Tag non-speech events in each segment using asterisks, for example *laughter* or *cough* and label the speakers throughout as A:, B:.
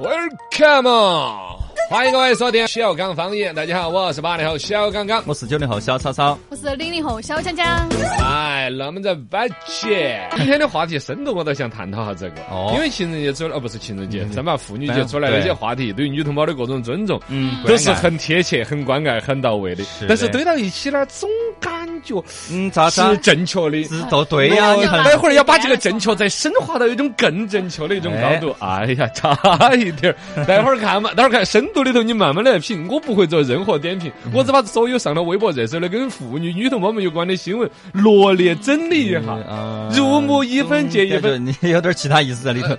A: Welcome，on 欢迎各位收听小刚方言。大家好，我是八零后小刚刚。
B: 我是九零后小超超，
C: 我是零零后小江江，
A: 哎，那么在巴结， *laughs* 今天的话题深度我倒想探讨下这个，
B: 哦
A: 因为情人节出来，哦，不是情人节，咱把妇女
B: 对
A: 节
B: 啊
A: 出来那
B: 对
A: 些话题，对于女同胞的各种尊重，
B: 嗯
A: 都是很贴切、很关爱、很到位的。
B: 是
A: 但是
B: 的
A: 堆到一起呢，总感觉
B: 嗯，咋咋
A: 是正确的。
B: 是都对呀，
C: 没有
B: 你
C: 吧
B: 很
A: 待会儿要把这个正确再升华到一种更正确的一种高度，哎呀，差一点儿。待会儿看嘛，待会儿看深度里头，你慢慢来品。我不会做任何点评，我只把所有上了微博热搜的跟妇女、女同胞们有关的新闻罗列整理一下。
B: 嗯
A: 入木一分见一分，
B: 嗯感觉你有点其他意思在里头，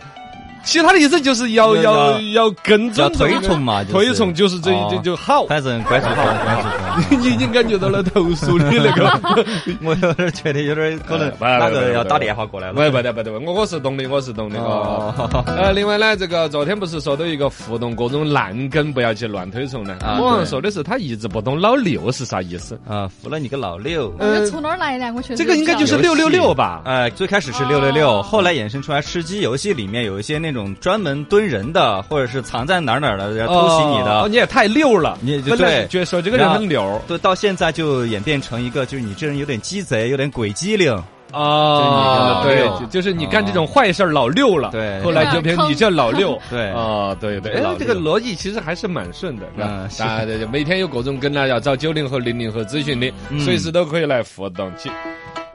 A: 其他的意思就是要
B: 要
A: 要要跟
B: 要
A: 踪
B: 推崇嘛，就是
A: 推崇就是这
B: 哦
A: 这就好。
B: 反正关注关关注关注，
A: *laughs* 你已经感觉到了投诉的那个。
B: *laughs* 我有点觉得有点可能
A: 哎不
B: 哪
A: 不
B: 个
A: 不
B: 要
A: 不
B: 打电话过来
A: 喂，
B: 了，
A: 不对不对，我我是懂的，我是懂的哦。
B: 哦，
A: 呃，另外呢，这个昨天不是说到一个互动各种烂梗不要去乱推崇呢？
B: 啊
A: 我好
B: 对
A: 像说的是他一直不懂老六是啥意思。
B: 啊，服了你个老六。
C: 这从哪儿来的？我确实
A: 这个应该
C: 不
A: 就
C: 知
A: 是
C: 道
A: 六六六吧？啊
B: 呃，最开始是六六六，后来衍生出来吃鸡游戏里面有一些那种专门蹲人的，或者是藏在哪儿哪儿的要偷袭你
A: 哦哦
B: 的，
A: 你也太溜了，
B: 你
A: 本来
B: 对
A: 觉得说这个人很溜儿
B: 对，到现在就演变成一个，就是你这人有点鸡贼，有点鬼机灵，就是你这个
A: 啊，
B: 老
A: 对，
B: 六
A: 就就是你干这种坏事儿老六了，
B: 对
A: 后来就变成你叫老六，
B: 对
A: 啊，对对，哎
B: 老，
A: 这
B: 六
A: 个逻辑其实还是蛮顺的，是吧
B: 嗯？是
A: 大家每天有各种梗呢，要找九零后、零零后咨询的，随时都可以来互动起。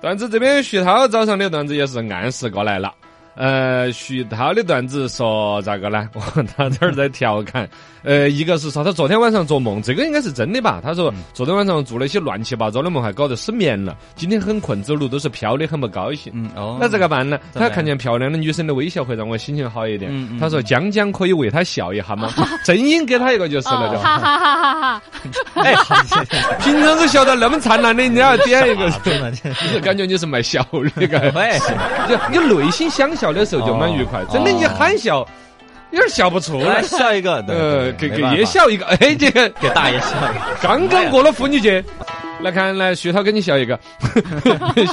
A: 段子这边徐涛早上的段子也是按时过来了。呃，徐涛的段子说咋个呢？我 *laughs* 他这儿在调侃，呃，一个是说他昨天晚上做梦，这个应该是真的吧？他说
B: 嗯
A: 昨天晚上做了一些乱七八糟的梦，还搞得失眠了，今天很困，走路都是飘的，很不高兴。
B: 嗯哦
A: 那这个办呢？
B: 怎么
A: 他
B: 样
A: 看见漂亮的女生的微笑会让我心情好一点。
B: 嗯嗯
A: 他说：“江江可以为她笑一
B: *laughs*
A: 下吗？”真应给他一个就是了，
C: 哦
A: 就
C: 哈哈哈哈哈！
A: *laughs*
B: *laughs*
A: 哎，平常是笑得那么灿烂的，你要点
B: *laughs*
A: 一个，
B: 真的，这
A: 你就感觉你是卖笑的，那个
B: *laughs* 喂，
A: 就你内心想笑的时候就蛮愉快，
B: 哦
A: 真的你喊笑，有点笑不出
B: 来
A: 来。
B: 笑一个，对
A: 呃，给
B: 对
A: 给
B: 没办法
A: 爷笑一个， *laughs* 哎，这个
B: 给大爷笑一
A: *laughs*
B: 个，
A: 刚刚过了妇女节，来看来徐涛给你
B: *laughs*
A: 笑一个，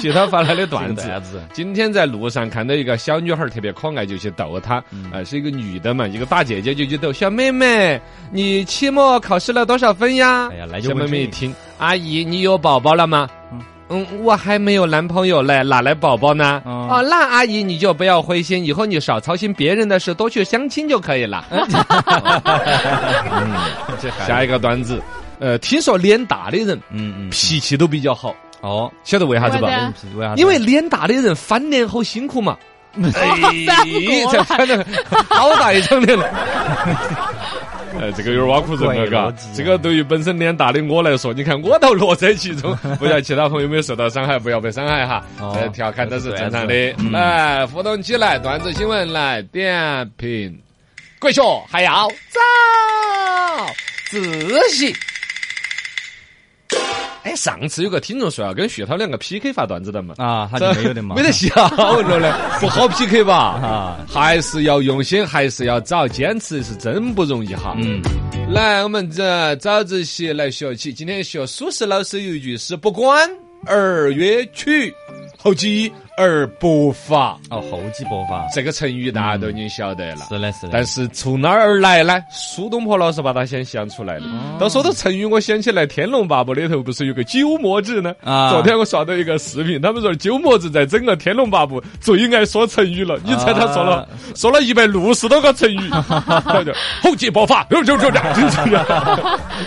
A: 徐涛发来的段子
B: 这个。子，
A: 今天在路上看到一个小女孩儿特别可爱，就去逗她。啊、是一个女的嘛，一个大姐姐就去逗小妹妹，你期末考试了多少分呀？
B: 哎呀来就
A: 小妹
B: 问
A: 妹
B: 这
A: 一
B: 个
A: 听，阿姨，你有宝宝了吗？嗯
B: 嗯
A: 我还没有男朋友嘞，哪来宝宝呢？
B: 哦
A: 哦，那阿姨你就不要灰心，以后你少操心别人的事，多去相亲就可以了。嗯下一个段子，呃，听说脸大的人
B: 嗯嗯，
A: 脾气都比较好，
B: 哦，
A: 晓得为啥子吧？
C: 为啥子啊
B: 为啥子？
A: 因为脸大的人翻脸好辛苦嘛。 *laughs*
C: 翻过
A: 才哎
C: 来
A: 翻了好大一张脸 *laughs* 了。呃，这个有点挖苦人了，
B: 怪
A: 嘎
B: 逻辑。啊
A: 这个对于本身脸大的我来说，你看我都乐在其 *laughs* 中，不晓得其他朋友有没有受到伤害，不要被伤害哈。
B: 哦
A: 呃，调侃都是正常的
B: 对对。对
A: 来，互动起来，段子新闻来点评。跪下还要早自习。哎，上次有个听众说啊要跟徐涛两个 PK 发段子的嘛，
B: 啊，他就没有的嘛，
A: 没得笑了
B: *laughs*
A: 嘞，不好 PK 吧？
B: 啊，
A: 还是要用心，还是要早，坚持是真不容易哈。
B: 嗯，
A: 来，我们这早自习来学起。今天学苏轼老师有一句诗：“不观而约取，厚积而薄发。
B: 哦，厚积薄发”，
A: 这个成语大家都已经晓得了。
B: 是的，是的
A: 但，是从哪儿而来呢？苏东坡老师把它先想出来的。
B: 嗯
A: 到说到成语，我想起来《天龙八部》里头不是有个鸠摩智呢？
B: 啊
A: 昨天我刷到一个视频，他们说鸠摩智在整个《天龙八部》最爱说成语了。你猜他说了、
B: 啊
A: 说了一百六十多个成
B: *laughs*
A: 语，他就厚积薄发，就就就这样，就
B: *laughs*
A: 这样，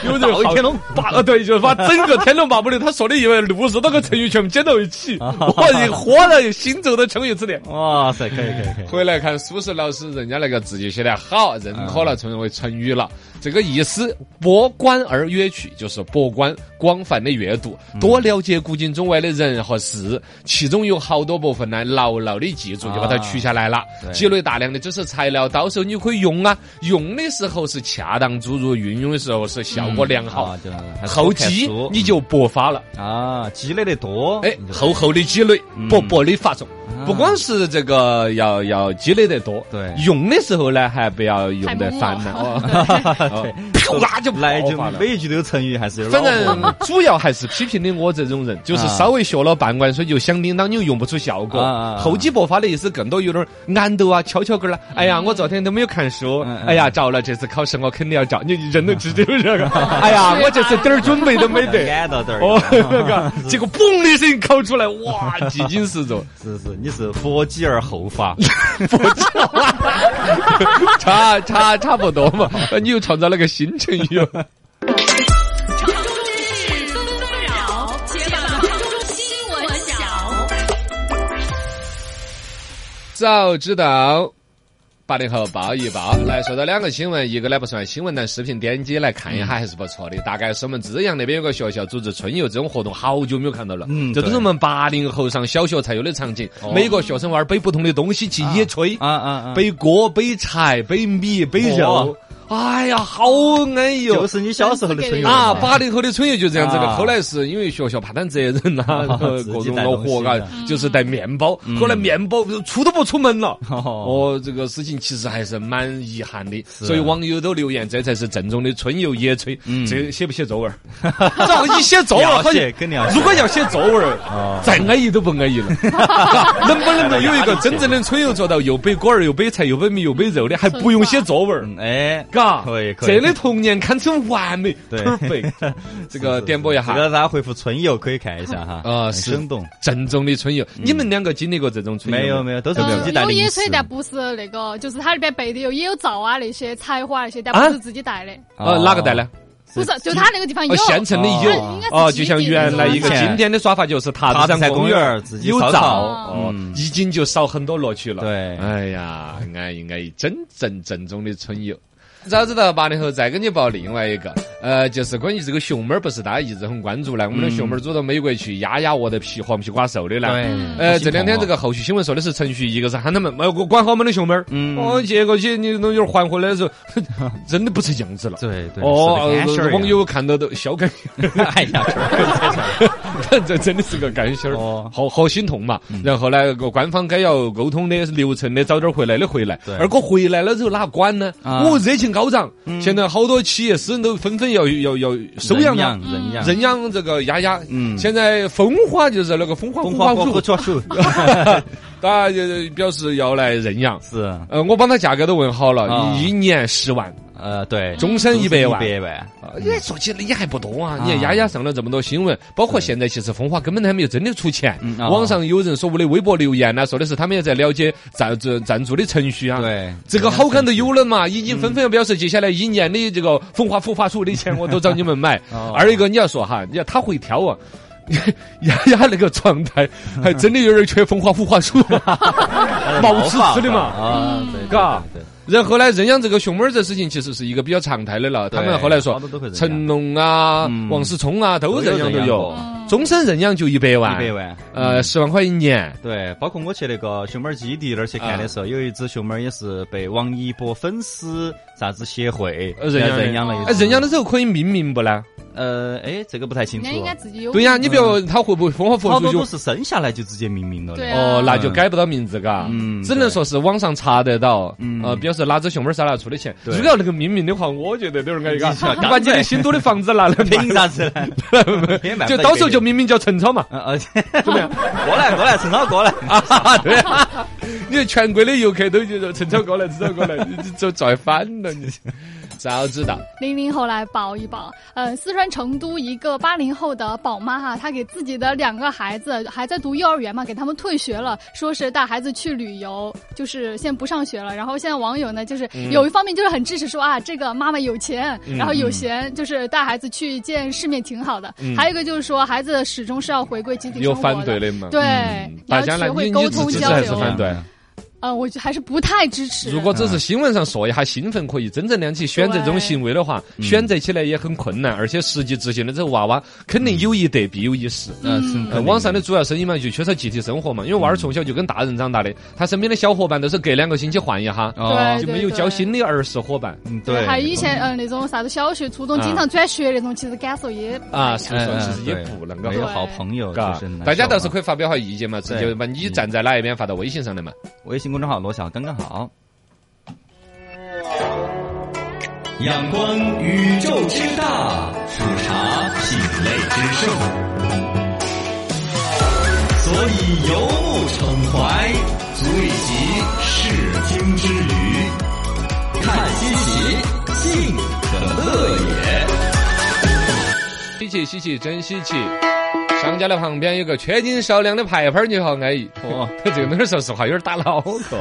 A: 有点
B: 打回天龙
A: 八啊，对，就是把整个《天龙八部》里他说的一百六十多个成语全部捡到一起，
B: 啊
A: 我一豁然行走的成语词典。
B: 哇塞，可以可以可以，
A: 回来看苏轼老师，人家那个字就写得好，认可了，成为成语了。这个意思，博观而约取，就是博观，广泛的阅读，
B: 嗯
A: 多了解古今中外的人和事，其中有好多部分呢，牢牢的记住，就把它取下来了，
B: 嗯对
A: 积累大量的知识材料，到时候你可以用啊，用的时候是恰当注入，运用的时候是效果良好
B: 啊，，就还是
A: 厚
B: 看
A: 积
B: 书
A: 你就勃发了。
B: 啊，积累的多，
A: 哎
B: 你，就
A: 厚厚的积累，薄薄的发送。
B: 嗯啊
A: 不光是这个要要积累得多，
B: 对
A: 用的时候呢还不要用得烦恼，哦啪啦就
B: 来
A: 爆
B: 就
A: 发了。
B: 每一句都有成语，还是有
A: 反
B: 老婆
A: 正主要还是批评的我这种人，就是
B: 啊
A: 稍微学了半罐水就响叮当，你又用不出效果
B: 啊啊啊。
A: 厚积薄发的意思更多有点儿安斗啊、敲敲根儿啦。哎呀，我昨天都没有看书
B: 嗯嗯，嗯
A: 哎呀，着了，这次考试我肯定要着。你人都直接有
B: *laughs*
A: 这个，哎
B: 啊
A: 呀，我这次点儿准备都没得。
B: 安到这儿
A: 哦， *laughs*
B: 了，
A: 那个，结果嘣的一声烤出来，哇，几斤四重，
B: 是是，你是佛积而后发，
A: 差差差不多嘛。你又创造了个新成语哦，
D: 城中知识纷纷扰，且把城中新闻晓。
A: 早知道。八零后抱一抱，来说到两个新闻，一个呢不算新闻，但视频点击来看一下还是不错的。大概是我们资阳那边有个学校组织春游这种活动，好久没有看到了。
B: 嗯
A: 这都是
B: 对
A: 我们八零后上小学才有的场景。每个学生娃儿背不同的东西去野炊，
B: 啊啊啊，
A: 背锅、背柴、背米、背肉。哎呀，好安逸
B: 就
A: 哦！
B: 是你小时候的春游嘛
A: 啊，八零后的春游就这样子的。
B: 啊
A: 后来是因为学校怕担责任
B: *laughs*
A: 呐，然后
B: 自己
A: 各种
B: 带
A: 恼
B: 东西
A: 火啊
B: 的，嗯
A: 就是带面包。后来面包出都不出门了。
B: 哦
A: 哦，这个事情其实还是蛮遗憾的，
B: 啊
A: 所以网友都留言，这才是正宗的春游野炊
B: 嗯。
A: 这写不写作文
B: *laughs*
A: 儿？只要一写作文儿，
B: 要
A: 好像
B: 写肯定要写
A: 如果要写作文儿，
B: 哦
A: 再安逸都不安逸
B: *laughs*
A: 了。嘎能不能够有一个真正的春游做到又背锅儿又背菜又背米又背肉的，还不用写
B: *laughs*
A: 作文儿？
B: 嗯哎，
A: 嘎，
B: 可以可以
A: 这类童年堪称完美
B: 对 *laughs*
A: ，perfect。这个点播一
B: 这个
A: 下，
B: 大家回复春游可以看一下哈，
A: 啊
B: 很
A: 是
B: 生动，
A: 正宗的春游。你们两个经历过这种春游
B: 嗯没有没
A: 有？
B: 有，都是自
C: 呃
B: 己带
C: 有
B: 零
C: 野
B: 食
C: 炊，但不是那个，就是他那边备的有也有灶啊那些柴火啊那些，但
A: 啊
C: 不是自己带的，
A: 呃，哪个带呢？
C: 不是，就他那个地方有
A: 哦，。县城的
B: 哦
A: 有。
C: 应该是
A: 哦，
C: 集
A: 就像
C: 体
A: 原来一个
B: 以前
A: 经典的耍法就是塔
B: 塔子
A: 子山
B: 山公
A: 园
B: 园
A: 儿
B: 儿自己
A: 有
B: 烧
A: 灶，
B: 烤
A: 哦
B: 嗯，
A: 已经就少很多乐趣了。
B: 对
A: 哎呀，安应该真正正宗的春游。早知道八零后再给你报另外一个，呃，就是关于这个熊猫儿，不是大家一直很关注呢？我们
B: 嗯
A: 的熊猫儿走到美国去，压压饿得皮黄皮瓜瘦的呢。
B: 嗯
A: 呃，这两天
B: 哦啊
A: 这，个后续新闻说的是程序，一个是喊他们呃管好我们的熊猫儿，
B: 嗯
A: 哦，结果去你东西还回来的时候， *laughs* 真的不成样子了。
B: 对对，
A: 哦，
B: 是
A: 呃
B: 个
A: 网，友看到都笑梗，
B: *laughs* 哎
A: *laughs*
B: 呀，
A: 这真的是个干心儿，
B: 哦嗯
A: 好好心痛嘛。然后呢，个官方该要沟通的流程的，早点回来的回来
B: 对。
A: 二哥回来了之后哪管呢？
B: 啊嗯
A: 我热情高涨，现在好多企业私人都纷纷要要要收养它
B: 人，人样，
A: 认养这个丫丫。
B: 嗯
A: 现在风花就是那个风花
B: 风
A: 花
B: 花
A: 火
B: 火抓手，
A: *laughs* 大家就表示要来认养。
B: 是
A: 呃，我帮他价格都问好了
B: 啊，
A: 一年十万，
B: 呃对，
A: 终身一百万。
B: 一百万，
A: 也啊说起来也还不多啊！你看
B: 啊
A: 丫丫上了这么多新闻，包括现在其实风华根本还没有真的出钱。
B: 嗯啊
A: 网上有人所谓的微博留言啊呢，说的是他们也在了解赞助赞助的程序啊。。
B: 对，
A: 这个好看都有了嘛，已经纷纷要表示接下来一年的这个风华护发素的钱我都找你们 *laughs* 买
B: 哦。
A: 二一个你要说哈，你要他会挑啊， *laughs* 丫丫那个状态还真的有点缺风华护发 *laughs* 素。
B: 哦
A: 毛刺刺的嘛嗯
B: 啊，对，
A: 嘎
B: 对，
A: 然后呢，认养这个熊猫儿这事情其实是一个比较常态的了。他
B: 对
A: 们后来说
B: 好多都会，认养
A: 成龙啊、
B: 嗯
A: 王思聪啊都
B: 都有
A: 认养
B: 认
A: 都
B: 养
A: 有
B: 过，
A: 终身认养就一百万，
B: 一百，万。
A: 呃，十万块一年。
B: 对，包括我去那个熊猫基地那儿去看的时
A: 啊
B: 候，有一只熊猫也是被王一博粉丝啥子协会
A: 呃认养的
B: 认养了一
A: 哎，
B: 只
A: 认养的时候可以命名不呢？
B: 呃，哎，这个不太清
C: 人
B: 楚
C: 家。应该自己有。
A: 对呀，你比如他会不会风化
B: 好
A: 佛
B: 多
A: 祖
B: 都
A: 就是
B: 生下来就直接命名了
C: 对
B: 的。
C: 啊
A: 哦，那就改不到名字嘎，
B: 嗯
A: 只能说是网上查得到，
B: 嗯
A: 呃，表示哪只熊猫儿噻拿出的钱。如
B: 对
A: 果要那个命名的话，我觉得有点儿尴尬，
B: 你
A: 你把你的新都的房子拿来
B: 凭
A: 卖，
B: 啥子呢？也买不
A: *laughs* 就
B: 到
A: 到时候
B: 一
A: 就
B: 个人
A: 明明叫陈超嘛。
B: *laughs* 呃呃，怎么样？过来过来，陈超过来。
A: 啊，对啊，你看全国的游客都觉得陈超过来，陈超过来，你你就拽反了你。早知道，
C: 零零后来抱一抱。呃，四川成都一个八零后的宝妈哈，她给自己的两个孩子还在读幼儿园嘛，给他们退学了，说是带孩子去旅游，就是先不上学了。然后现在网友呢，就是
A: 嗯
C: 有一方面就是很支持说啊，这个妈妈有钱，然后有闲，就是带孩子去见世面挺好的。还有一个就是说，孩子始终是要回归集体
A: 有
C: 生活
A: 嗯反对
C: 的。
A: 的嘛？
C: 对，
A: 嗯
C: 你要
A: 大家呢
C: 学，会
A: 你
C: 沟
A: 你是
C: 通
A: 支持
C: 交
A: 还是
C: 流。
A: 反对？
C: 呃，我觉还是不太支持。啊
A: 如果只是新闻上说一下兴奋可以，真正量起选择这种行为的话，选择起来也很困难，而且实际执行的这个娃娃肯定有一得必有一失。
B: 嗯，是肯
A: 呃，
B: 定
A: 网上的主要生意嘛，就缺少集体生活嘛，因为娃儿从小就跟大人长大的，他身边的小伙伴都是隔两个星期换一下，
B: 哦，
A: 就
C: 对
A: 没有交新的儿时伙伴
B: 嗯
C: 对
B: 对，
C: 还有以前嗯那种啥子小学、初中
A: 啊
C: 经常转学那种，其实感受也
A: 啊，是不
B: 哎
A: 是？其
B: 哎
A: 实也
B: 对
A: 不啷个
B: 没
A: 好
B: 有。好朋友，
A: 嘎
B: 就是难受，
A: 大家倒是
B: 嘛
A: 可以发表下意见嘛，直接
B: 对
A: 把你站在哪一边发到微信上来嘛。
B: 微信公众号罗小刚刚好。
E: 仰观宇宙之大，数察品类之盛。所以游目骋怀，足以极视听之娱，看稀奇，尽可乐也。
A: 稀奇稀奇，真稀奇！商家的旁边有个缺斤少两的牌牌儿，你好安逸。
B: 哦，
A: *laughs* 这个东西说实话有点打脑
B: *laughs*
A: 壳。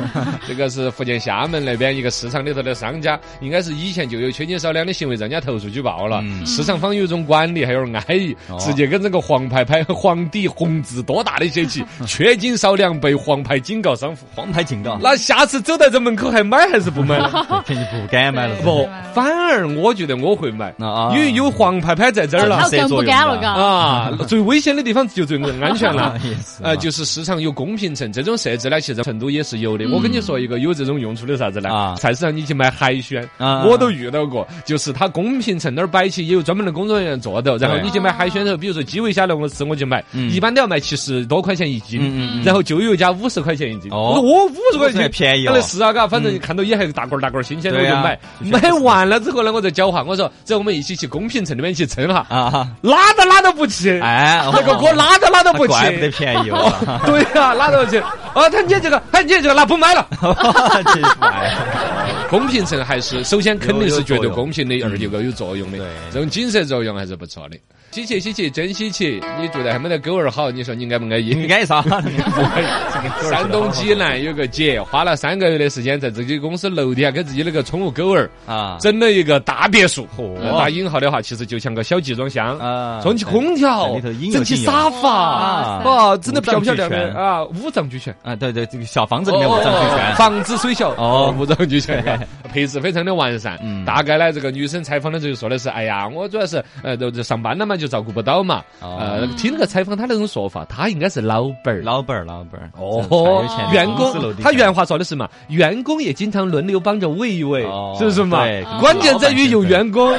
A: 这个是福建厦门那边一个市场里头的商家，应该是以前就有缺斤少两的行为，让人家投诉举报了。
B: 嗯
A: 市场方有一种管理还有点安逸，
B: 哦
A: 直接跟这个黄牌牌黄底红字多大的
B: *laughs*
A: 写起，缺斤少两被黄牌警告商户。
B: 黄牌警告，
A: 那下次走到这门口还买还是不
B: *laughs*
A: 买了？
B: 肯定不敢买了。 *laughs*
A: 不，反而我觉得我会买，
B: 啊
A: 因为有黄牌牌在这儿了
C: 那
B: 谁
C: 更不
B: 作用
C: 敢
B: 的。
C: 了，嘎。
A: 啊。 *laughs* 最危险的地方就最安全
B: *laughs*
A: 了
B: 啊也是
A: 呃，
B: 嘛
A: 就是市场有公平性，这种设置呢，其实成都也是有的。我跟你说一个有这种用处的啥子呢？
B: 嗯啊
A: 菜市场你去买海鲜，
B: 啊
A: 我都遇到过，就是它公平秤那儿摆起，也有专门的工作人员做到。然后
B: 对
A: 你去买海鲜的时候，比如说基围虾那我吃我去买，
B: 嗯
A: 一般都要卖七十多块钱一斤，
B: 嗯
A: 然后就有一家五十块钱一斤。
B: 哦
A: 我说我五十块
B: 这
A: 钱
B: 便宜哦
A: 那是啊，嘎，反正看到也还大罐儿大罐儿新鲜的，
B: *laughs*
A: 我
B: 对
A: 就
B: 啊
A: 买。
B: 就
A: 买完了之后呢，我再交换，我说这我们一起去公平秤那边去称哈，
B: 啊，
A: 拉都拉都不去，
B: 哎，
A: 那个锅拉都拉都不
B: 哦
A: 去，
B: 怪不
A: *laughs*
B: 得便宜 *laughs* 哦，
A: 对呀、拉到去。啊，他你这个，哎，你这个，那不 *laughs* 买了。
B: 这是哎
A: 公平性还是首先肯定是绝对公平的，
B: 有
A: 二一个有作用的
B: 对，
A: 这种景色作用还是不错的。稀奇稀奇，真稀奇！你住在还没得狗儿好，你说你安不安
B: 应
A: *laughs* 逸？
B: 该啥？ *laughs*
A: 山东济南有个姐花了三个月的时间，在自己公司楼底下给自己那个宠物狗儿
B: 啊，
A: 整了一个大别墅。呃
B: 哦
A: 打引号的话，其实就像个小集装箱
B: 啊
A: 装起空调
B: 在里头应，有
A: 整起
B: 尽有
A: 沙发，
B: 啊
A: 哇，整的漂漂亮
B: 五脏
A: 亮
B: 俱全
A: 啊，五脏俱全。
B: 啊，对对，这个小房子里面五
A: 哦
B: 脏俱全，
A: 防止水小
B: 哦
A: 五脏俱全，配置非常的完善。
B: 嗯
A: 大概呢，这个女生采访的时候说的是，哎呀，我主要是呃，都就上班了嘛，就照顾不到嘛。
B: 哦
A: 呃，听那个采访她那种说法，她应该是老板儿。
B: 老板儿老板儿
A: 哦
B: 这才有钱，的
A: 员
B: 公司楼
A: 工
B: 底，下
A: 他原话说的是嘛，员工也经常轮流帮着喂一喂
B: 哦，
A: 是不是嘛
B: 对可能？
A: 关键在于
B: 是老
A: 有
B: 板
A: 员工， *laughs*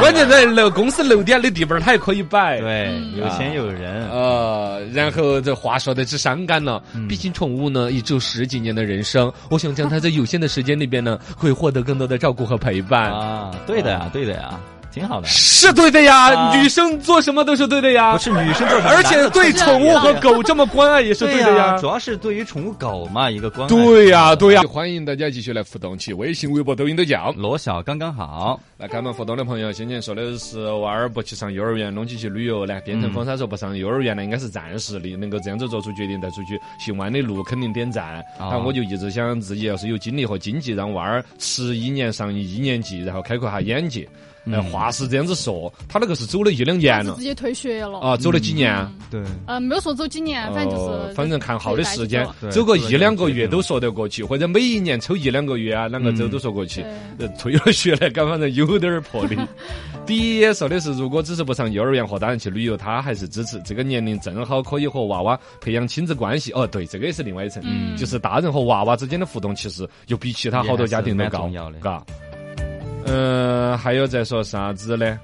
A: 关键在楼公司楼底下的地盘儿他也可以摆。
B: 对，
A: 嗯
B: 有钱有人，
A: 呃，然后这话说的之伤感了，
B: 嗯
A: 毕竟宠物呢也只有十几年的人生，我想将它在有限的时间里边呢， *laughs* 会获得更多的照顾和陪伴。
B: 啊，对的呀，对的呀，挺好的。
A: 是对的呀，
B: 啊
A: 女生做什么都是对的呀，
B: 不是女生做什么，
A: 而且对
C: 这样
A: 宠物和狗这么关爱也是
B: 对
A: 对的呀。
B: 主要是对于宠物狗嘛，一个关爱。
A: 对呀，对呀，哎嗯欢迎大家继续来互动，去微信、微博、抖音都叫。
B: 罗小刚刚好，
A: 来看我们互动的朋友，先前说的是娃儿不去上幼儿园，弄起去旅游呢。变成风沙说不上幼儿园呢，应该是暂时的，能够这样子做出决定再出去行弯的路，肯定点赞。
B: 哦
A: 但我就一直想自己要是有精力和经济，让娃儿迟一年上一年级，然后开阔下眼界。呃，话是这样子说，他那个是走了一两
C: 他
A: 年
C: 是
A: 了
C: 直接退学了。
A: 啊，走了几年啊。
B: 对，
C: 呃，没有说走几年，反正就
A: 哦
C: 是，
A: 反正看好的时间
B: 对，
A: 走
B: 做
A: 个一
B: 了
A: 两
B: 一
A: 个
B: 年
A: 月
B: 这
A: 都
B: 种
A: 说得过去，或者每一年抽一两个月啊，啷个走都说过去
C: 对。嗯
A: 呃退了学来，干反正有点儿魄 *laughs* 力。第一说的是，如果只是不上幼儿园和大人去旅游，他还是支持。这个年龄正好可以和娃娃培养亲子关系。哦，对，这个也是另外一层，
C: 嗯
A: 就是大人和娃娃之间的互动，其实又比其他好多家庭都
B: 也还是蛮
A: 高
B: 重要的，
A: 嘎。呃，还有在说啥子呢？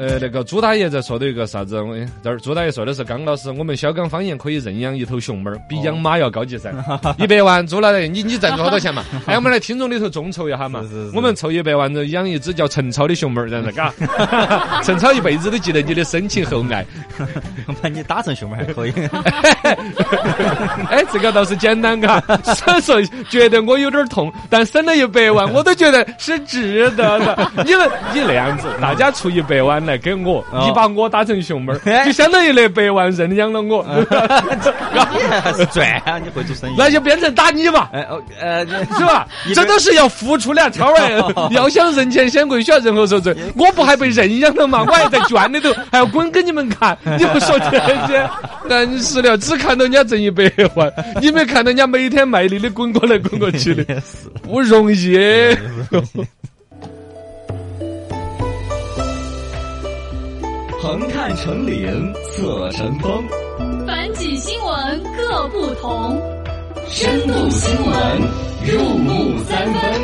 A: 呃，那个朱大爷在说的一个啥子？我这儿朱大爷说的是刚老师，我们小刚方言可以认养一头熊
B: 哦
A: 猫儿，比养马要高
B: *laughs*
A: 级噻。一百万，朱大爷，你你赞助好多钱嘛？哎，我们来听众里头众筹一下嘛
B: 是是。是
A: 我们凑一百万，养一只叫陈超的熊猫儿，然后嘎，
B: *laughs*
A: *laughs* 陈超一辈子都记得你的深情厚爱。
B: 把你打成熊猫还
A: *laughs*
B: 可以。
A: 哎，这个倒是简单嘎。 *laughs* 虽然说觉得我有点痛，但
B: *laughs*
A: 省了一百万，我都觉得是值得的。你们你那样子，大家出一百万来给我，
B: *laughs* 哦
A: 你把我打成熊猫儿，
B: *laughs* 哎
A: 就相当于那百万认养
B: *laughs*
A: 了我， *laughs*
B: 赚啊！你会做生意？
A: 那就变成打你嘛。
B: 哎哦呃，你
A: *laughs* 是吧？这都是要付出的，超 *laughs* 儿要想人前显贵，需要人后受罪。我不还被认养了嘛？我还在圈 *laughs* 里头，还要滚给你们看。你不说这 *laughs* 些，硬实了，只看到人家挣一百万，你没看到人家每天卖力的滚过来滚过去 *laughs* 的，
B: 也是。
A: 不容易。
E: 横看成岭侧成峰，
D: 反几新闻各不同，
E: 深度新闻入木三分。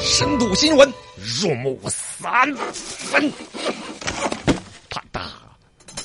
A: 深度新闻入木三分，啪嗒。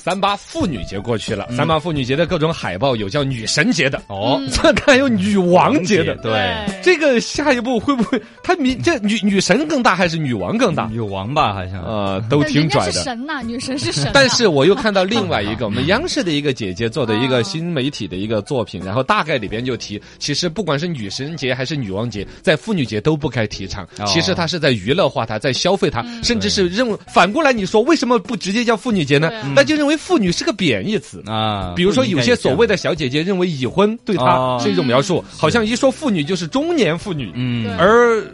A: 三八妇女节过去了，三八妇女节的各种海报有叫女神节的，
B: 哦，
A: 这还有女王节的，
B: 对，
A: 这个下一步会不会他女这女女神更大还是女王更大？
B: 女王吧，好像。
A: 呃，都挺
C: 人家
A: 拽
C: 是
A: 的。
C: 神啊呐、女
A: *laughs*
C: 神是神、
A: 但是我又看到另外一个我们央视的一个姐姐做的一个新媒体的一个作品，然后大概里边就提，其实不管是女神节还是女王节，在妇女节都不该提倡
B: 哦。
A: 其实它是在娱乐化它，在消费它，
C: 嗯
A: 甚至是认为反过来你说为什么不直接叫妇女节呢
C: 对啊？
A: 那就认为妇女是个贬义词。
B: 啊，
A: 比如说，有些所谓
B: 的，
A: 的小姐姐认为已婚对
B: 哦
A: 她是一种描述，
C: 嗯
A: 好像一说妇女就是中年妇女，
B: 嗯，
A: 而呃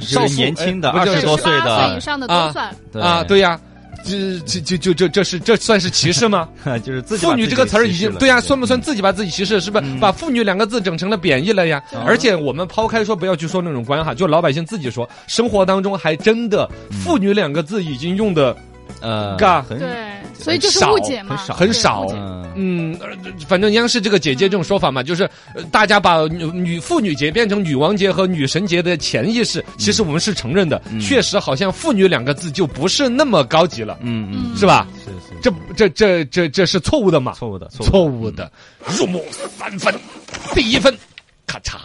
B: 就是年轻的
A: 不是
B: 20多岁的
C: 18岁以上的都算。
B: 对
A: 啊，，对呀、这这这就这这是这算是歧视吗？
B: *laughs* 就是 *laughs* 自己把
A: 妇女
B: 自己
A: 这个词儿已
B: 歧视
A: 经
B: 了嗯
A: 对呀、算不算自己把自己歧视？是不是把“妇女”两个字整成了贬义了呀？而且我们抛开说不要去说那种官哈，就老百姓自己说，生活当中还真的
B: 嗯
A: “妇女”两个字已经用的
B: 呃，
A: 嘎
B: 很
C: 对，所以就是误解嘛，
B: 很少
A: 嗯很少
C: 对误解
B: 嗯，
A: 嗯，呃反正央视这个姐姐这种说法嘛，就是呃大家把女女妇女节变成女王节和女神节的潜意识，其
B: 嗯
A: 实我们是承认的，确实好像“妇女”两个字就不是那么高级了，
B: 嗯嗯，
A: 是吧？
B: 是是
A: 这这这这这是错误的嘛？
B: 错误的，错误
A: 错误的，入木三分，第一分，咔嚓。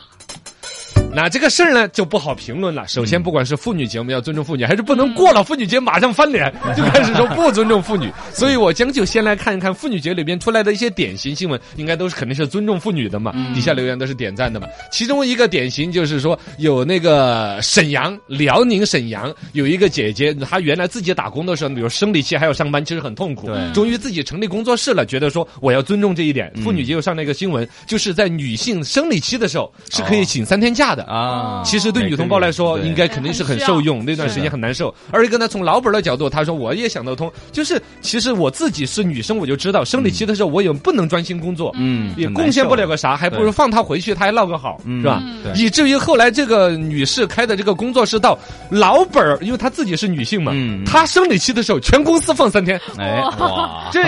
A: 那这个事儿呢就不好评论了。首先，不管是妇女节，我们要尊重妇女，还是不能过了妇女节马上翻脸，就开始说不尊重妇女。所以我将就先来看一看妇女节里边出来的一些典型新闻，应该都是肯定是尊重妇女的嘛。底下留言都是点赞的嘛。其中一个典型就是说，有那个沈阳，辽宁沈阳有一个姐姐，她原来自己打工的时候，比如生理期还要上班，其实很痛苦。
B: 对
A: 终于自己成立工作室了，觉得说我要尊重这一点。妇女节又上了一个新闻，就是在女性生理期的时候是可以请三天假的啊。
B: 啊，
A: 其实对女同胞来说，应该肯定是很受用，那段时间很难受。而一个呢，从老板的角度，他说我也想得通，就是其实我自己是女生，我就知道生理期的时候我也不能专心工作，
B: 嗯
A: 也贡献不了个啥，还不如放她回去，她还落个好，
B: 嗯
A: 是吧？
B: 对
A: 以至于后来这个女士开的这个工作室到老板儿，因为她自己是女性嘛
B: 嗯，
A: 她生理期的时候全公司放三天，
C: *laughs*
B: 哎哇，
A: *laughs* 这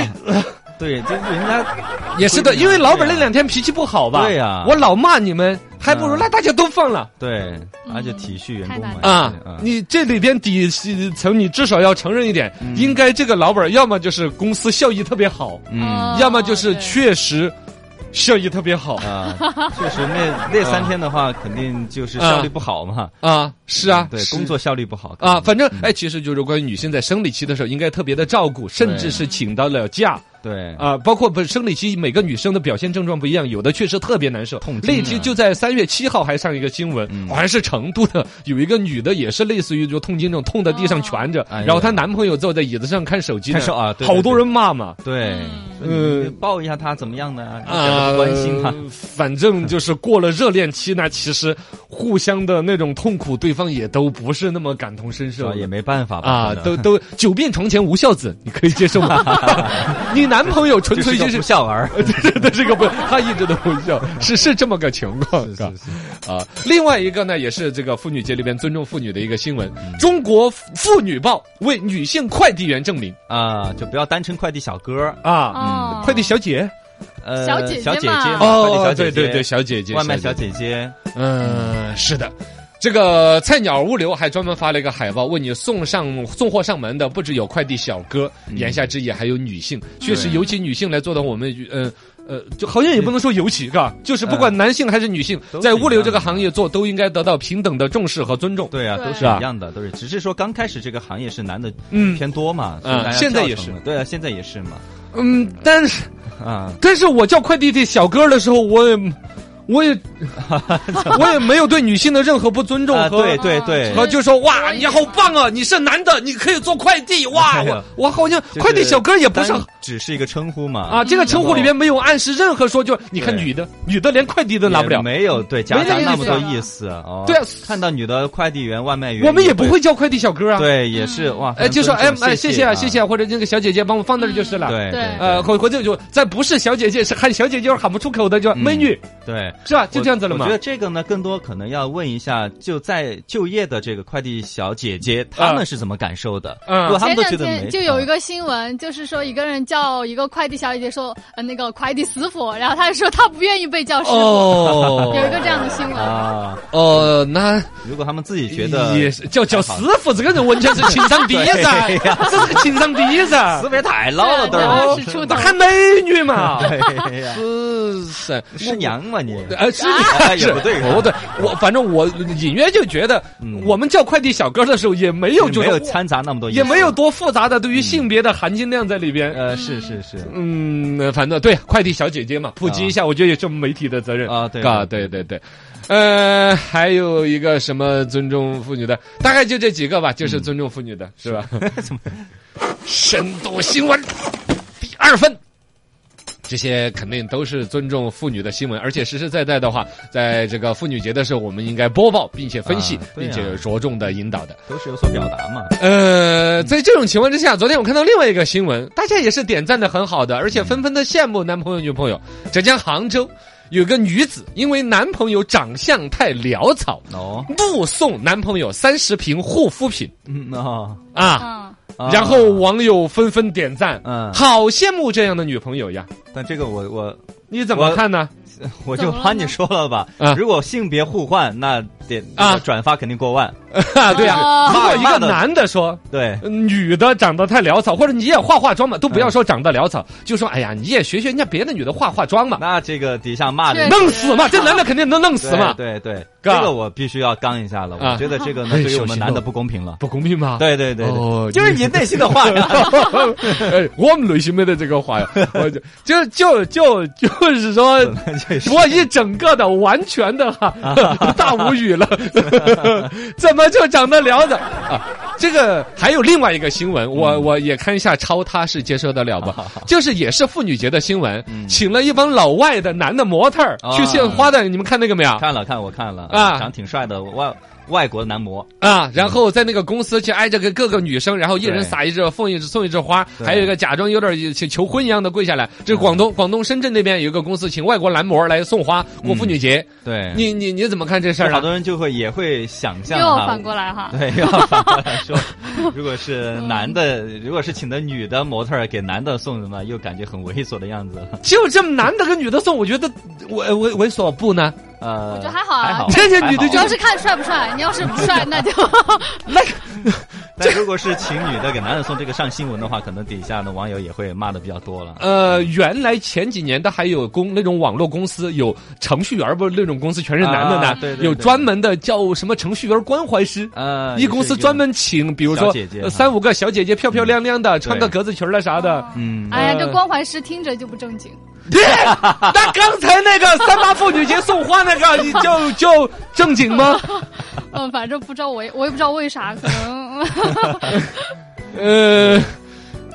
B: 对，这人家
A: 也是的，因为老板那两天脾气不好吧？
B: 对呀
A: 我老骂你们，还不如
B: 嗯
A: 那大家都放了
B: 对，而且体恤员工嘛
C: 嗯
B: 也是
C: 太难
A: 啊
B: 嗯！
A: 你这里边底层，你至少要承认一点，应该这个老板要么就是公司效益特别好，
B: 嗯
C: 哦
A: 要么就是
C: 对
A: 确实效益特别好
B: 啊，确实那那三天的话，肯定就是效率不好嘛，
A: 啊。是啊，
B: 嗯对，
A: 是
B: 工作效率不好肯
A: 啊，
B: 定
A: 反正哎，其实就是关于女性在生理期的时候，应该特别的照顾，甚至
B: 对
A: 是请到了假。
B: 对
A: 啊、包括不是生理期，每个女生的表现症状不一样，有的确实特别难受。
B: 痛经啊嗯
A: 那天就在三月七号还上一个新闻，好像是成都的，有一个女的也是类似于就痛经那种，痛在地上蜷着，
B: 哎呀
A: 然后她男朋友坐在椅子上看手机呢，
B: 看手啊对对
A: 好多人骂嘛。
B: 对，
A: 嗯
B: 嗯，抱一下他怎么样呢？
A: 啊、
B: 关心
A: *laughs*
B: 他，
A: 反正就是过了热恋期呢，其实互相的那种痛苦，对方也都不是那么感同身
B: 是
A: 受
B: 吧？
A: 的
B: 也没办法吧
A: 啊，
B: 可能
A: 都都久病床前无孝子，你可以接
B: *laughs*
A: 受吗？你男朋友纯
B: 这
A: 粹
B: 是
A: 就
B: 个
A: 是
B: 不孝儿，
A: *laughs* 这这这个不，他一直都不笑，是是这么个情况，是吧？啊，另外一个呢，也是这个妇女节里边尊重妇女的一个新闻，中国妇女报》为女性快递员证明
B: 啊，就不要单称快递小哥，
A: 啊，
C: 哦，
A: 快递小姐
B: 呃，
C: 小
B: 小姐
C: 姐姐
B: 姐嘛，快
C: 嘛
B: 递
A: 哦
B: 小，
A: 对
B: 姐姐，
A: 对对，小姐姐，
B: 外卖小，姐姐，
A: 嗯，是的。这个菜鸟物流还专门发了一个海报，问你送上送货上门的不只有快递小哥，言下之意还有女性。确实，
B: 嗯对
A: 尤其女性来做到我们呃呃，就好像也不能说尤其，嘎，就是不管男性还是女性
B: 都，是
A: 在物流这个行业做，都应该得到平等的重视和尊重。
B: 对啊，都
C: 对
B: 是一样的，都是，只是说刚开始这个行业是男的
A: 嗯
B: 偏多嘛，所以
A: 嗯
B: 大家
A: 现在
B: 教
A: 也
B: 程
A: 是
B: 嘛，对啊，现在也是嘛，
A: 嗯，但是
B: 啊，
A: *laughs* 但是我叫快递的小哥的时候，我也我也 *laughs* 我也没有对女性的任何不尊重
B: 啊，
A: 和、
C: 哦
B: 对对对，
A: 和就说哇，
C: 我也
A: 你好棒啊，你是男的，你可以做快递哇，
B: 哎呀
A: 我我好像
B: 就是
A: 快递小哥也不是
B: 单只是一个称呼嘛
A: 啊，，这个称呼里面没有暗示任何说就你看
B: 对
A: 女的，女的连快递都拿不
B: 也
A: 了，
B: 没有对夹
A: 没那
B: 杂
A: 个
B: 那
A: 意
B: 么
A: 思
B: 多
C: 啊
B: 意思哦。
A: 对啊
B: 看到女的快递员、外卖员，
A: 我们也不会叫快递小哥啊，，
B: 对，也是哇，
A: 哎，就说哎
B: 反正尊重
A: 哎，谢
B: 谢
A: 谢
B: 啊，嗯
A: 啊谢谢，啊，或者那个小姐姐帮我放那儿就是了。
B: 对
C: 对
A: 呃，或或者就在不是小姐姐，是喊小姐姐喊不出口的，就
B: 嗯
A: 美女，
B: 对。
A: 是吧？就
B: 我
A: 这样子了嘛
B: 我觉。得这个呢，更多可能要问一下，就在就业的这个快递小姐姐，她们是怎么感受的？
A: 嗯
B: 如果她们
C: 前
B: 都
C: 两
B: 觉得没
C: 天就
A: 啊
C: 有一
B: 个
C: 个新闻，就是说一个人叫一个快递小姐姐说，呃，那个快递师傅，然后他说他不愿意被叫师傅，
A: 哦
C: 有一个这样的新闻。
B: 啊，
A: 哦，那
B: 如果她们自己觉得
A: 也是叫叫师傅，这个人完全是情商低
B: *laughs*
A: 噻，这是个情商低噻
B: 思。维太老了，都
C: 对啊
B: 是
C: 是出
A: 那
C: 头
A: 喊美女嘛，
B: *laughs* 哎呀
A: *laughs* 是是
B: 是娘嘛你？
A: 呃， *laughs* 是
B: 哎
A: 你
B: 也不对
A: 我不对，我反正我隐约就觉得
B: 嗯，
A: 我们叫快递小哥的时候也没有
B: 就
A: 就
B: 没
A: 是
B: 有掺杂那么多意思，啊嗯
A: 也没有多复杂的对于性别的含金量在里边。
B: 呃，是是是，
A: 嗯，反正对快递小姐姐嘛，普及一下，我觉得也是媒体的责任
B: 啊啊对
A: 啊，对对对。呃，还有一个什么尊重妇女的，大概就这几个吧，就是尊重妇女
B: 嗯
A: 的，是吧？ *laughs* 深度新闻第二分。这些肯定都是尊重妇女的新闻，而且实实在在的话，在这个妇女节的时候，我们应该播报并且分析，
B: 啊对
A: 并
B: 呀
A: 且着重的引导的。
B: 都是有所表达嘛。
A: 呃，在这种情况之下，昨天我看到另外一个新闻，大家也是点赞的很好的，而且纷纷的羡慕男朋友女朋友。浙江杭州有个女子因为男朋友长相太潦草，
B: 哦，
A: 怒送男朋友三十瓶护肤品
B: 嗯哦，
A: 啊。
C: 嗯，
B: 啊
A: 然后网友纷纷点赞，
B: 嗯
A: 好羡慕这样的女朋友呀！
B: 但这个我我
A: 你怎么
B: 我
A: 看呢？
B: *laughs* 我就帮你说了吧
A: 怎么了呢啊。
B: 如果性别互换，那点
A: 啊
B: 那个转发肯定过万。
A: 啊，对呀，
C: 哦
A: 如果一
B: 骂
A: 个
B: 的
A: 男的说，
B: 对，
A: 女的长得太潦草，或者你也化化妆嘛，都不要说长得潦草，就说哎呀，你也学学人家别的女的化化妆嘛，
B: 那这个底下骂的
C: 对
A: 弄死嘛，这男的肯定能弄死嘛，
B: 对对，
A: 哥
B: 对这个我必须要刚一下了。
A: 啊
B: 我觉得这个呢，
A: 哎
B: 对于
A: 小
B: 我们
A: 心
B: 男
A: 哦
B: 的不公平了。
A: 不公平嘛。
B: 对对对对，
A: 哦，
B: 就是你内心的话呀。
A: 哎，我们内心没得这个 *laughs* 话呀，我就就就就就是 *laughs* 说，
B: 就是
A: 我一整个的完全的 *laughs* 哈、大无语了， *laughs* 怎么就长得聊的啊？这个还有另外一个新闻，我我也看一下超他是接受得了不？就是也是妇女节的新闻，请了一帮老外的男的模特儿
B: 啊
A: 去献花的，你们看那个没有？
B: 看了看我看了
A: 啊
B: 长挺帅的外外国男模。
A: 啊，然后在那个公司去挨着跟各个女生，然后一人
B: 对
A: 撒一枝送一送一枝花，
B: 对
A: 还有一个假装有点求求婚一样的跪下来。这是广东广东深圳那边有一个公司请外国男模来送花过妇女节，
B: 对，
A: 你你你怎么看这事儿
B: 好
A: 啊？
B: 多人就会也会想象
C: 又
B: 哈
C: 反过来哈。
B: 对，要反过来说， *laughs* 如果是男的，如果是请的女的模特儿给男的送什么，又感觉很猥琐的样子了。
A: 就这么男的跟女的送，我觉得我我猥琐不呢？
B: 呃，我
C: 觉得还好啊
A: 这些女的
C: 主
A: 就
C: 要是看帅不帅，你要是不帅，那
B: *laughs*
C: 就
B: 但如果是请女的给男的送这个上新闻的话，可能底下的网友也会骂的比较多了。
A: 呃，原来前几年的还有公那种网络公司有程序员不是那种公司全是男的呢，
B: 啊对对
A: 有
B: 对
A: 专门的叫什么程序员关怀师，
B: 呃，
A: 啊一公司专门请，比如
B: 小
A: 说
B: 姐姐
A: 呃
B: 哈
A: 三五个小姐姐漂漂亮亮的，穿个
B: 对
A: 格子裙儿了啥的。
B: 嗯，
C: 哎呀，这关怀师听着就不正经。
A: 嗯 *laughs* 那刚才那个三八妇女节送花那个，你就就正经 *laughs* 吗？
C: 嗯，反正不知道我也我也不知道为啥，可能
A: 呃。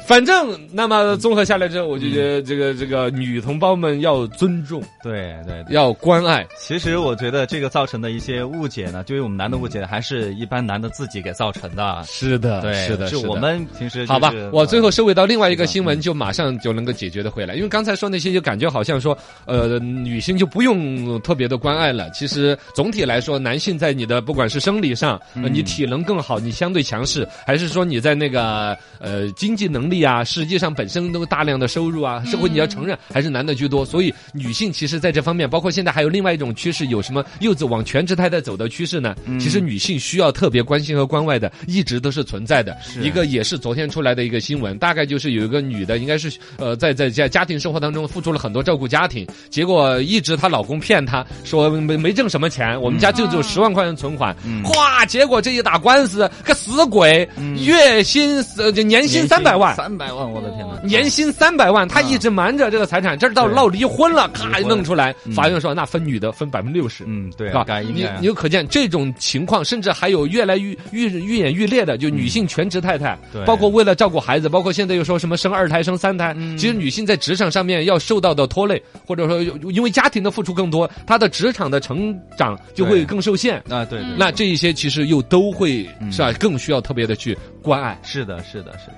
A: 反正，那么综合下来之后，我就觉得这个这个女同胞们要尊重，
B: 对对对。
A: 要关爱。
B: 其实我觉得这个造成的一些误解呢，对于我们男的误解，还是一般男的自己给造成的。
A: 是的
B: 对，
A: 是的，
B: 是我们平时
A: 好吧
B: 就是，
A: 我最后收尾到另外一
B: 是
A: 个
B: 嗯的
A: 新闻，就马上就能够解决的回来。因为刚才说那些，就感觉好像说，呃，女性就不用特别的关爱了。其实总体来说，男性在你的不管是生理上，呃
B: 嗯
A: 你体能更好，你相对强势，还是说你在那个呃经济能力啊，实际上本身都大量的收入啊，社会你要承认还是男的居多。所以女性其实在这方面，包括现在还有另外一种趋势，有什么柚子往全职太太走的趋势呢？
B: 嗯
A: 其实女性需要特别关心和关爱的，一直都是存在的。一个也是昨天出来的一个新闻，大概就是有一个女的，应该是呃在在家家庭生活当中付出了很多照顾家庭，结果一直她老公骗她说没没挣什么钱，我
B: 嗯
A: 们家就只有十万块钱存款，哗，结果这一打官司个死鬼，月薪呃就年薪
B: 嗯年薪
A: 三百万，嗯
B: 三百万，我的天哪！
A: 年薪三百万，他一直瞒着这个财产，这儿到
B: 对
A: 闹离婚了，咔
B: 啊离婚
A: 弄出来
B: 嗯，
A: 法院说那分女的分百分之六十。
B: 嗯，对
A: 是
B: 啊，
A: 吧
B: 该？应
A: 你
B: 该啊
A: 你就可见这种情况，甚至还有越来越愈愈演愈烈的，就女性全职太太，
B: 嗯对
A: 包括为了照顾孩子，包括现在又说什么生二胎、生三胎，
B: 嗯
A: 其实女性在职场上面要受到的拖累，或者说因为家庭的付出更多，她的职场的成长就会
B: 对
A: 更受限。
B: 啊，对对，
A: 那这一些其实又都会
B: 嗯
A: 是吧，更需要特别的去关爱。
B: 是的，是的，是的。